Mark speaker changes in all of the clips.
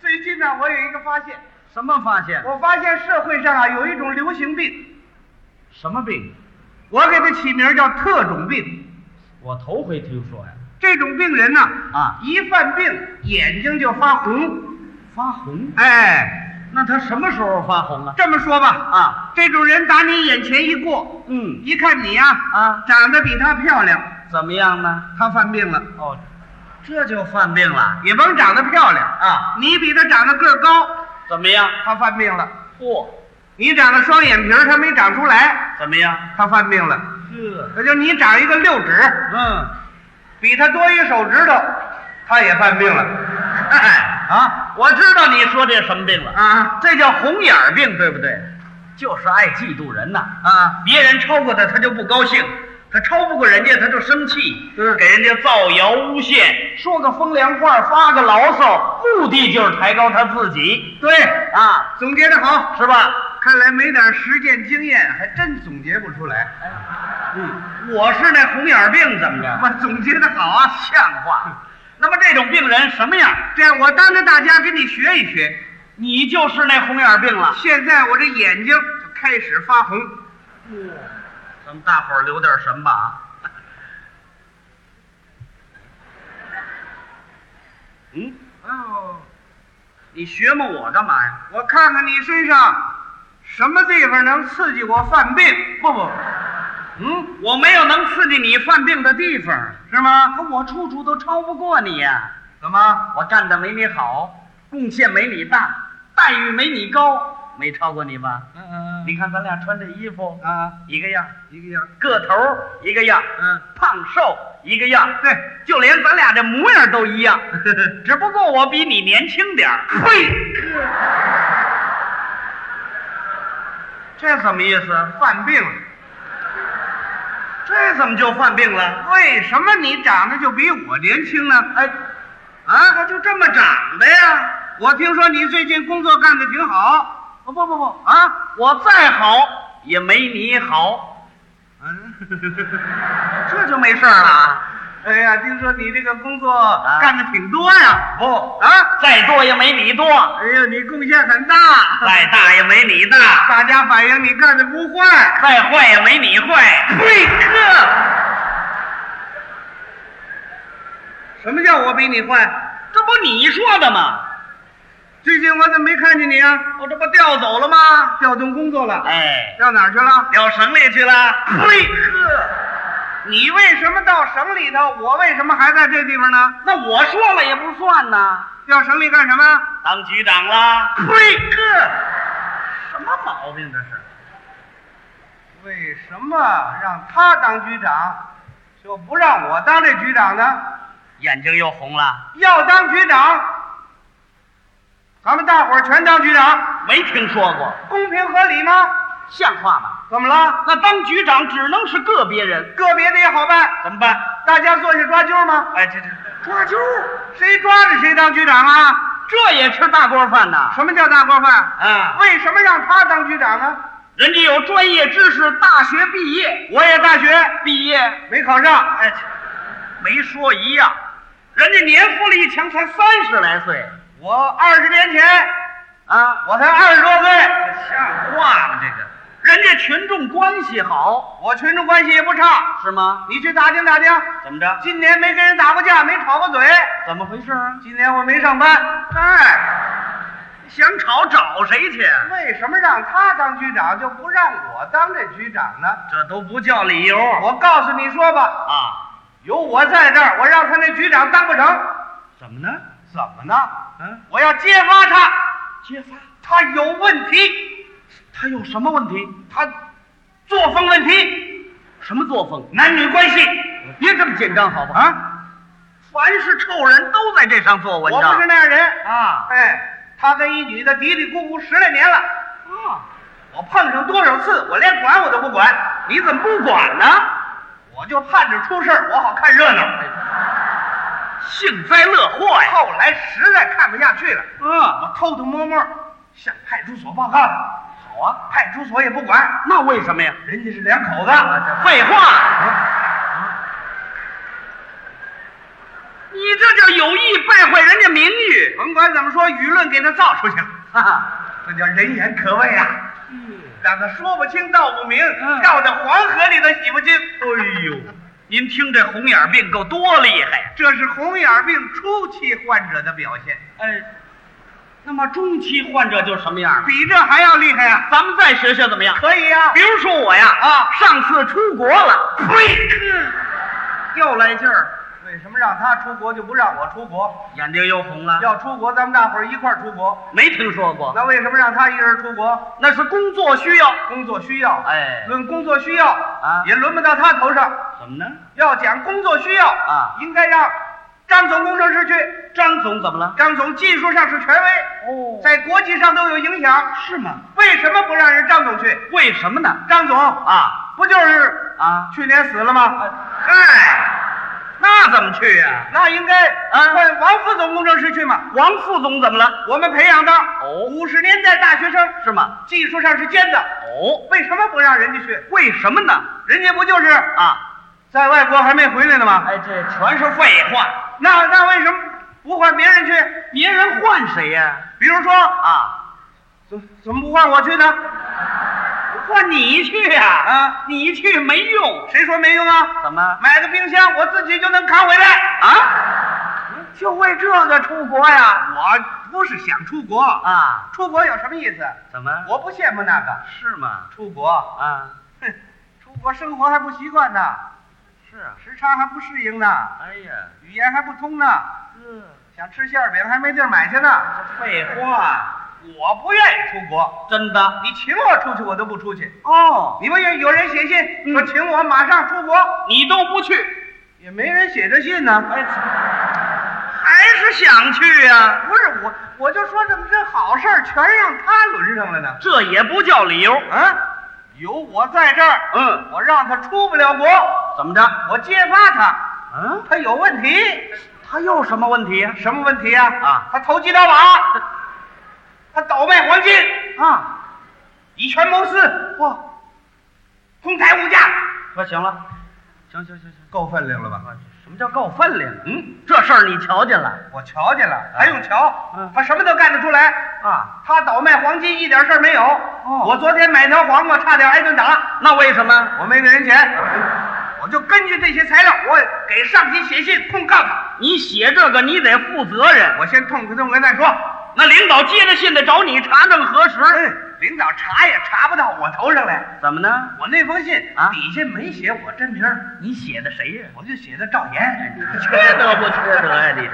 Speaker 1: 最近呢，我有一个发现，
Speaker 2: 什么发现？
Speaker 1: 我发现社会上啊有一种流行病，
Speaker 2: 什么病？
Speaker 1: 我给它起名叫特种病。
Speaker 2: 我头回听说呀。
Speaker 1: 这种病人呢，
Speaker 2: 啊
Speaker 1: 一犯病眼睛就发红。
Speaker 2: 发红？
Speaker 1: 哎，
Speaker 2: 那他什么时候发红啊？
Speaker 1: 这么说吧，
Speaker 2: 啊，
Speaker 1: 这种人打你眼前一过，
Speaker 2: 嗯，
Speaker 1: 一看你呀、
Speaker 2: 啊
Speaker 1: 长得比他漂亮，
Speaker 2: 怎么样呢？
Speaker 1: 他犯病了。
Speaker 2: 哦，这就犯病了。
Speaker 1: 也甭长得漂亮
Speaker 2: 啊
Speaker 1: 你比他长得个儿高，
Speaker 2: 怎么样？
Speaker 1: 他犯病了。
Speaker 2: 嚯、
Speaker 1: 你长得双眼皮儿，他没长出来，
Speaker 2: 怎么样？
Speaker 1: 他犯病了。
Speaker 2: 这，
Speaker 1: 那就你长一个六指，
Speaker 2: 嗯，
Speaker 1: 比他多一手指头，他也犯病了。
Speaker 2: 哎，
Speaker 1: 啊
Speaker 2: 我知道你说这什么病了，
Speaker 1: 啊，
Speaker 2: 这叫红眼儿病，对不对？
Speaker 1: 对
Speaker 2: 就是爱嫉妒人呐。
Speaker 1: 啊，
Speaker 2: 别人超过他，他就不高兴；他超不过人家，他就生气，
Speaker 1: 嗯
Speaker 2: 给人家造谣诬陷，说个风凉话，发个牢骚，目的就是抬高他自己
Speaker 1: 对，
Speaker 2: 啊，
Speaker 1: 总结的好，
Speaker 2: 是吧？
Speaker 1: 看来没点实践经验，还真总结不出来。
Speaker 2: 嗯，我是那红眼病，怎么着？
Speaker 1: 我总结的好啊，
Speaker 2: 像话。那么这种病人什么样？
Speaker 1: 这样我当着大家跟你学一学。
Speaker 2: 你就是那红眼病了。
Speaker 1: 现在我这眼睛就开始发红，
Speaker 2: 咱们大伙儿留点神吧啊！嗯，
Speaker 1: 哎呦。
Speaker 2: 你学摸我干嘛呀？
Speaker 1: 我看看你身上什么地方能刺激我犯病？不不，
Speaker 2: 嗯，我没有能刺激你犯病的地方，
Speaker 1: 是吗？
Speaker 2: 可我处处都超不过你呀、
Speaker 1: 怎么？
Speaker 2: 我干的没你好，贡献没你大，待遇没你高，没超过你吧？
Speaker 1: 嗯嗯
Speaker 2: 你看咱俩穿这衣服，
Speaker 1: 啊，
Speaker 2: 一个样，
Speaker 1: 一个样。
Speaker 2: 个头儿一个样，
Speaker 1: 嗯，
Speaker 2: 胖瘦一个样，
Speaker 1: 对，
Speaker 2: 就连咱俩这模样都一样，只不过我比你年轻点儿。呸！这什么意思？
Speaker 1: 犯病了。
Speaker 2: 这怎么就犯病了？
Speaker 1: 为什么你长得就比我年轻呢？
Speaker 2: 哎，
Speaker 1: 啊，
Speaker 2: 他就这么长的呀？
Speaker 1: 我听说你最近工作干得挺好。
Speaker 2: 哦不不不不，
Speaker 1: 啊，
Speaker 2: 我再好也没你好，
Speaker 1: 嗯，
Speaker 2: 这就没事儿了啊。
Speaker 1: 哎呀，听说你这个工作
Speaker 2: 啊哦
Speaker 1: 干得挺多呀。
Speaker 2: 不，
Speaker 1: 啊，
Speaker 2: 再多也没 你多，
Speaker 1: 哎呀，你贡献很大。
Speaker 2: 再大也没你大，
Speaker 1: 大家反映你干得不坏。
Speaker 2: 再坏也没你坏。
Speaker 1: 贵客，什么叫我比你坏？
Speaker 2: 这不你说的吗？
Speaker 1: 最近我怎么没看见你啊？
Speaker 2: 我这不调走了吗？
Speaker 1: 调动工作了，
Speaker 2: 哎，
Speaker 1: 调哪儿去了？
Speaker 2: 调省里去了。
Speaker 1: 贵客，你为什么到省里头？我为什么还在这地方呢？
Speaker 2: 那我说了也不算呐，
Speaker 1: 调省里干什么？
Speaker 2: 当局长啦。
Speaker 1: 贵客，
Speaker 2: 什么毛病这是？
Speaker 1: 为什么让他当局长，就不让我当这局长呢？
Speaker 2: 眼睛又红了？
Speaker 1: 要当局长，咱们大伙儿全当局长，
Speaker 2: 没听说过，
Speaker 1: 公平合理吗？
Speaker 2: 像话吗？
Speaker 1: 怎么了？
Speaker 2: 那当局长只能是个别人，
Speaker 1: 个别的也好办，
Speaker 2: 怎么办？
Speaker 1: 大家坐下抓阄吗？
Speaker 2: 哎，这这
Speaker 1: 抓阄，谁抓着谁当局长啊？
Speaker 2: 这也吃大锅饭呐！
Speaker 1: 什么叫大锅饭？
Speaker 2: 啊，
Speaker 1: 为什么让他当局长呢？
Speaker 2: 人家有专业知识，大学毕业，
Speaker 1: 我也大学
Speaker 2: 毕业，
Speaker 1: 没考上，
Speaker 2: 哎，没说一样，人家年富力强，才三十来岁
Speaker 1: 我二十年前
Speaker 2: 啊！
Speaker 1: 我才二十多岁，
Speaker 2: 像话吗？这个，人家群众关系好
Speaker 1: 我群众关系也不差。
Speaker 2: 是吗？
Speaker 1: 你去打听打听，
Speaker 2: 怎么着？
Speaker 1: 今年没跟人打过架，没吵过嘴。
Speaker 2: 怎么回事啊？
Speaker 1: 今年我没上班，哎，
Speaker 2: 想吵找谁去？
Speaker 1: 为什么让他当局长就不让我当这局长呢？
Speaker 2: 这都不叫理由
Speaker 1: 我告诉你说吧，
Speaker 2: 啊！
Speaker 1: 有我在这儿，我让他那局长当不成，
Speaker 2: 怎么呢？
Speaker 1: 怎么呢？
Speaker 2: 嗯，
Speaker 1: 我要揭发他，
Speaker 2: 揭发
Speaker 1: 他有问题，
Speaker 2: 他有什么问题？
Speaker 1: 他作风问题，
Speaker 2: 什么作风？
Speaker 1: 男女关系
Speaker 2: 别这么紧张好不好？
Speaker 1: 啊！
Speaker 2: 凡是臭人都在这上做文
Speaker 1: 我
Speaker 2: 章。
Speaker 1: 不是那样人
Speaker 2: 啊
Speaker 1: 哎，他跟一女的嘀嘀咕咕十来年了，
Speaker 2: 啊，
Speaker 1: 我碰上多少次，我连管我都不管，
Speaker 2: 你怎么不管呢？
Speaker 1: 我就盼着出事儿，我好看热闹。
Speaker 2: 幸灾乐祸呀！
Speaker 1: 后来实在看不下去了，我
Speaker 2: 啊，
Speaker 1: 偷偷摸摸向派出所报告了，
Speaker 2: 好啊，
Speaker 1: 派出所也不管，
Speaker 2: 那为什么呀？
Speaker 1: 人家是两口子。
Speaker 2: 废话，你这叫有意败坏人家名誉。
Speaker 1: 甭管怎么说，舆论给他造出去了，
Speaker 2: 哈哈，
Speaker 1: 这叫人言可畏啊！让他说不清道不明，
Speaker 2: 嗯
Speaker 1: 绕到黄河里都洗不清。哎呦，
Speaker 2: 您听这红眼病够多厉害呀、
Speaker 1: 这是红眼病初期患者的表现，
Speaker 2: 哎，那么中期患者就是什么样了？
Speaker 1: 比这还要厉害啊！
Speaker 2: 咱们再学学怎么样？
Speaker 1: 可以呀、
Speaker 2: 比如说我呀，
Speaker 1: 啊
Speaker 2: 上次出国了，呸，又来劲儿，
Speaker 1: 为什么让他出国就不让我出国？
Speaker 2: 眼睛又红了，
Speaker 1: 要出国，咱们大伙儿一块儿出国。
Speaker 2: 没听说过，
Speaker 1: 那为什么让他一人出国？
Speaker 2: 那是工作需要。
Speaker 1: 工作需要，
Speaker 2: 哎
Speaker 1: 论工作需要
Speaker 2: 啊
Speaker 1: 也轮不到他头上。
Speaker 2: 怎么呢？
Speaker 1: 要讲工作需要
Speaker 2: 啊
Speaker 1: 应该让张总工程师去。
Speaker 2: 张总怎么了？
Speaker 1: 张总技术上是权威，
Speaker 2: 哦
Speaker 1: 在国际上都有影响。
Speaker 2: 是吗？
Speaker 1: 为什么不让人张总去？
Speaker 2: 为什么呢？
Speaker 1: 张总
Speaker 2: 啊
Speaker 1: 不就是
Speaker 2: 啊，哎
Speaker 1: 去年死了吗？哎
Speaker 2: 嗨、那怎么去呀、
Speaker 1: 那应该
Speaker 2: 啊
Speaker 1: 问王副总工程师去嘛。
Speaker 2: 王副总怎么了？
Speaker 1: 我们培养的
Speaker 2: 哦
Speaker 1: 五十年代大学生，
Speaker 2: 是吗？
Speaker 1: 技术上是尖的，
Speaker 2: 哦，
Speaker 1: 为什么不让人家去？
Speaker 2: 为什么呢？
Speaker 1: 人家不就是
Speaker 2: 啊，
Speaker 1: 在外国还没回来呢吗？
Speaker 2: 哎，这全是废话。
Speaker 1: 那那为什么不换别人去？
Speaker 2: 别人换谁呀、
Speaker 1: 比如说，
Speaker 2: 啊，
Speaker 1: 怎怎么不换我去呢？
Speaker 2: 换你去呀、
Speaker 1: 啊
Speaker 2: 你去没用。
Speaker 1: 谁说没用啊？
Speaker 2: 怎么
Speaker 1: 买个冰箱，我自己就能扛回来。
Speaker 2: 啊？就为这个出国呀？
Speaker 1: 我不是想出国，
Speaker 2: 啊？
Speaker 1: 出国有什么意思？
Speaker 2: 怎么
Speaker 1: 我不羡慕那个
Speaker 2: 是吗？
Speaker 1: 出国，
Speaker 2: 啊，
Speaker 1: 哼，出国生活还不习惯呢，
Speaker 2: 是啊。
Speaker 1: 时差还不适应呢，
Speaker 2: 哎呀，
Speaker 1: 语言还不通呢，
Speaker 2: 嗯，
Speaker 1: 想吃馅儿饼还没地儿买去呢。
Speaker 2: 废
Speaker 1: 哇，我不愿意出国，
Speaker 2: 真的
Speaker 1: 你请我出去我都不出去。
Speaker 2: 哦，
Speaker 1: 你们有有人写信说
Speaker 2: 嗯
Speaker 1: 请我马上出国，
Speaker 2: 你都不去，
Speaker 1: 也没人写这信呢。
Speaker 2: 哎，还是想去呀、
Speaker 1: 不是我，我就说怎么这好事儿全让他轮上了呢？
Speaker 2: 这也不叫理由。
Speaker 1: 啊，有我在这儿，
Speaker 2: 嗯，
Speaker 1: 我让他出不了国，
Speaker 2: 怎么着？
Speaker 1: 我揭发他，
Speaker 2: 嗯，
Speaker 1: 他有问题。
Speaker 2: 他又什么问题呀、
Speaker 1: 什么问题啊？
Speaker 2: 啊
Speaker 1: 他投机倒把，他倒卖黄金，
Speaker 2: 啊，
Speaker 1: 以权谋私，
Speaker 2: 哇，
Speaker 1: 哄抬物价，
Speaker 2: 可行了，行行行行，
Speaker 1: 够分量了吧？
Speaker 2: 什么叫够分量？
Speaker 1: 嗯，
Speaker 2: 这事儿你瞧见了
Speaker 1: 我瞧见了，还用瞧？
Speaker 2: 嗯
Speaker 1: 他什么都干得出来。
Speaker 2: 啊？
Speaker 1: 他倒卖黄金一点事儿没有。我昨天买条黄瓜，差点挨顿打。
Speaker 2: 那为什么
Speaker 1: 我没给人钱，我就根据这些材料，我给上级写信控告他。
Speaker 2: 你写这个你得负责任？
Speaker 1: 我先痛快痛快再说。
Speaker 2: 那领导接着信得找你查证核实。
Speaker 1: 嗯，领导查也查不到我头上来。
Speaker 2: 怎么呢？
Speaker 1: 我那封信
Speaker 2: 啊
Speaker 1: 底下没写我真名儿，
Speaker 2: 你写的谁呀、
Speaker 1: 我就写的赵岩。
Speaker 2: 缺德不缺德呀、你这，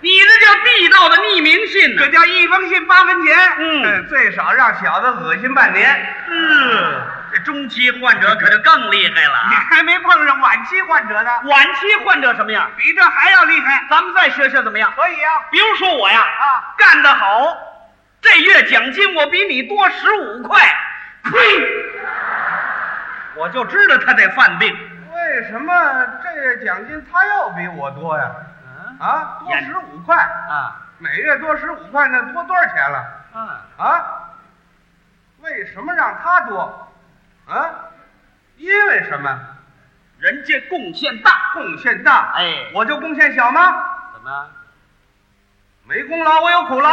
Speaker 2: 你这叫地道的匿名信
Speaker 1: 这叫一封信八分钱，
Speaker 2: 嗯
Speaker 1: 呃最少让小子恶心半年。
Speaker 2: 嗯，这中期患者可就更厉害了
Speaker 1: 你
Speaker 2: 啊！
Speaker 1: 还没碰上晚期患者呢，
Speaker 2: 晚期患者什么样？
Speaker 1: 比这还要厉害。
Speaker 2: 咱们再学学怎么样？
Speaker 1: 可以啊，
Speaker 2: 比如说我呀，
Speaker 1: 啊，
Speaker 2: 干得好，这月奖金我比你多十五块，呸！我就知道他得犯病，
Speaker 1: 为什么这个奖金他要比我多呀？
Speaker 2: 嗯
Speaker 1: 啊，多
Speaker 2: 眼
Speaker 1: 十五块。
Speaker 2: 啊
Speaker 1: 每月多十五块，那多多少钱了
Speaker 2: 啊，
Speaker 1: 啊？为什么让他多？啊？因为什么？
Speaker 2: 人家贡献大，
Speaker 1: 贡献大，
Speaker 2: 哎
Speaker 1: 我就贡献小吗？
Speaker 2: 怎么？
Speaker 1: 没功劳我有苦劳，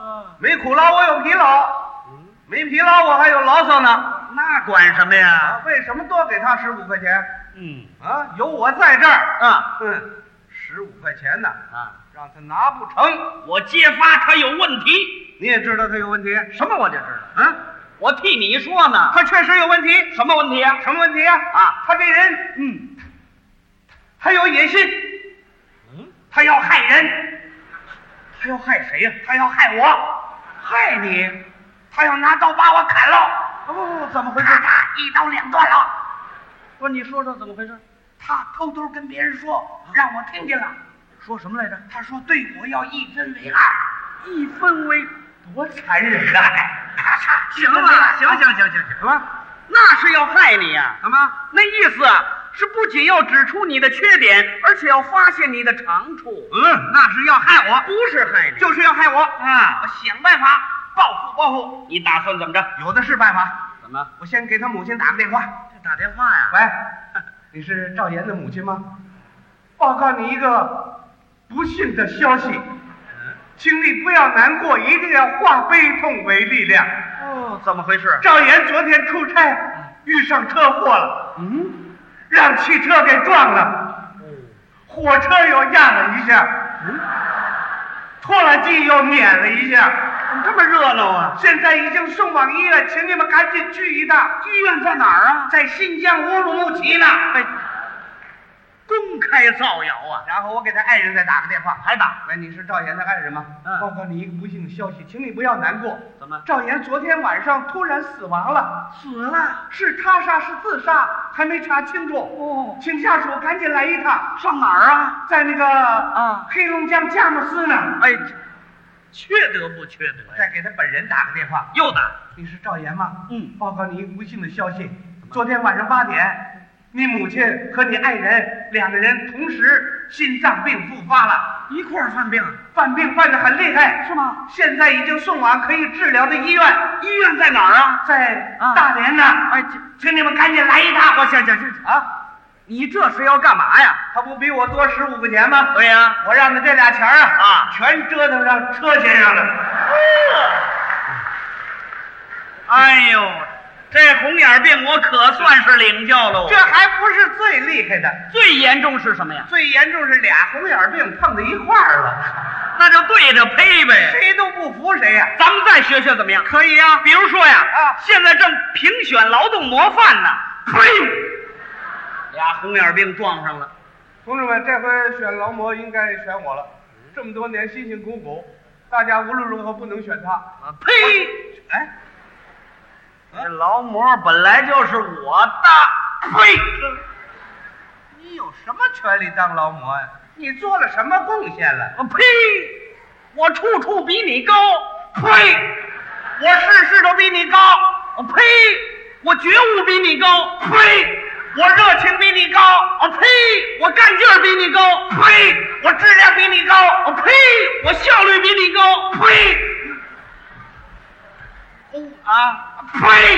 Speaker 2: 嗯
Speaker 1: 没苦劳我有疲劳，没疲劳我还有牢骚呢。
Speaker 2: 那管什么
Speaker 1: 啊
Speaker 2: 呀？，
Speaker 1: 为什么多给他十五块钱？
Speaker 2: 嗯
Speaker 1: 啊，有我在这儿，
Speaker 2: 啊
Speaker 1: 嗯，十五块钱呢，
Speaker 2: 啊，
Speaker 1: 让他拿不成。
Speaker 2: 我揭发他有问题，
Speaker 1: 你也知道他有问题，
Speaker 2: 什么我就知道，
Speaker 1: 啊，
Speaker 2: 我替你说呢。
Speaker 1: 他确实有问题。
Speaker 2: 什么问题啊？
Speaker 1: 什么问题啊？
Speaker 2: 啊
Speaker 1: 他这人
Speaker 2: 嗯
Speaker 1: 他有野心，
Speaker 2: 嗯，
Speaker 1: 他要害人，他要害谁呀、他要害我，害你，他要拿刀把我砍了，
Speaker 2: 不不哦不，怎么回
Speaker 1: 咔咔一刀两断了。
Speaker 2: 不是你说说怎么回事？啊
Speaker 1: 他偷偷跟别人说，让我听见了。
Speaker 2: 说什么来着？
Speaker 1: 他说对我要一分为二，
Speaker 2: 一分为
Speaker 1: 多残忍啊！ 咔嚓，
Speaker 2: 行了，行行，行行行，
Speaker 1: 什么
Speaker 2: 那是要害你呀、
Speaker 1: 什么？
Speaker 2: 那意思啊，是不仅要指出你的缺点，而且要发现你的长处，
Speaker 1: 嗯，那是要害我，
Speaker 2: 不是害你。
Speaker 1: 就是要害我。
Speaker 2: 啊
Speaker 1: 我想办法报复报复，
Speaker 2: 你打算怎么着？
Speaker 1: 有的是办法。
Speaker 2: 怎么
Speaker 1: 我先给他母亲打个电话。
Speaker 2: 打电话呀？
Speaker 1: 喂，你是赵岩的母亲吗？报告你一个不幸的消息，经历不要难过，一定要化悲痛为力量。
Speaker 2: 哦，怎么回事？
Speaker 1: 赵岩昨天出差遇上车祸了，
Speaker 2: 嗯，哦
Speaker 1: 让汽车给撞了，火车又压了一下，
Speaker 2: 嗯，
Speaker 1: 拖拉机又碾了一下，
Speaker 2: 怎么这么热闹啊？
Speaker 1: 现在已经送往医院，请你们赶紧去一趟。
Speaker 2: 医院在哪儿啊？
Speaker 1: 在新疆乌鲁木齐呢。
Speaker 2: 哎，公开造谣啊！
Speaker 1: 然后我给他爱人再打个电话，
Speaker 2: 还打？
Speaker 1: 喂，你是赵岩的爱人吗？
Speaker 2: 嗯
Speaker 1: 报告你一个不幸的消息，请你不要难过。
Speaker 2: 怎么
Speaker 1: 赵岩昨天晚上突然死亡了，
Speaker 2: 死了？
Speaker 1: 是他杀是自杀还没查清楚。
Speaker 2: 哦
Speaker 1: 请下属赶紧来一趟，
Speaker 2: 上哪儿啊？
Speaker 1: 在那个
Speaker 2: 啊
Speaker 1: 黑龙江佳木斯呢。
Speaker 2: 哎，这缺德不缺德呀？
Speaker 1: 再给他本人打个电话。
Speaker 2: 又打？
Speaker 1: 你是赵岩吗？
Speaker 2: 嗯
Speaker 1: 报告你一个不幸的消息，昨天晚上八点，你母亲和你爱人两个人同时心脏病复发了，
Speaker 2: 一块儿犯病？
Speaker 1: 犯病犯得很厉害，
Speaker 2: 是吗？
Speaker 1: 现在已经送往可以治疗的医院，
Speaker 2: 医院在哪儿啊？
Speaker 1: 在
Speaker 2: 啊
Speaker 1: 大连呢。
Speaker 2: 哎，这
Speaker 1: 请你们赶紧来一趟。
Speaker 2: 我想想想，
Speaker 1: 啊，
Speaker 2: 你这是要干嘛呀？
Speaker 1: 他不比我多十五块钱吗？
Speaker 2: 对呀、
Speaker 1: 我让他这俩钱儿啊
Speaker 2: 啊
Speaker 1: 全折腾上车先生了。
Speaker 2: 哎呦，这红眼病我可算是领教喽。
Speaker 1: 这还不是最厉害的，
Speaker 2: 最严重是什么呀？
Speaker 1: 最严重是俩红眼病碰在一块儿了，
Speaker 2: 那就对着呸呗。
Speaker 1: 谁都不服谁呀、
Speaker 2: 咱们再学学怎么样？可以呀、比如说呀，
Speaker 1: 啊
Speaker 2: 现在正评选劳动模范呢。呸！俩红眼病撞上了，
Speaker 1: 同志们，这回选劳模应该选我了，这么多年辛辛苦苦，大家无论如何不能选他。
Speaker 2: 啊呸！
Speaker 1: 哎，
Speaker 2: 这劳模本来就是我的，呸！
Speaker 1: 你有什么权利当劳模呀、你做了什么贡献了？
Speaker 2: 我呸！我处处比你高，呸！
Speaker 1: 我事事都比你高，
Speaker 2: 我呸！我觉悟比你高，呸！
Speaker 1: 我热情比你高，
Speaker 2: 我呸！我干劲儿比你高，呸！
Speaker 1: 我质量比你高。
Speaker 2: 我呸！我效率比你高，呸！哦啊，呸！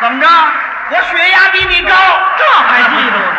Speaker 2: 怎么着？
Speaker 1: 我血压比你高，
Speaker 2: 这还记得我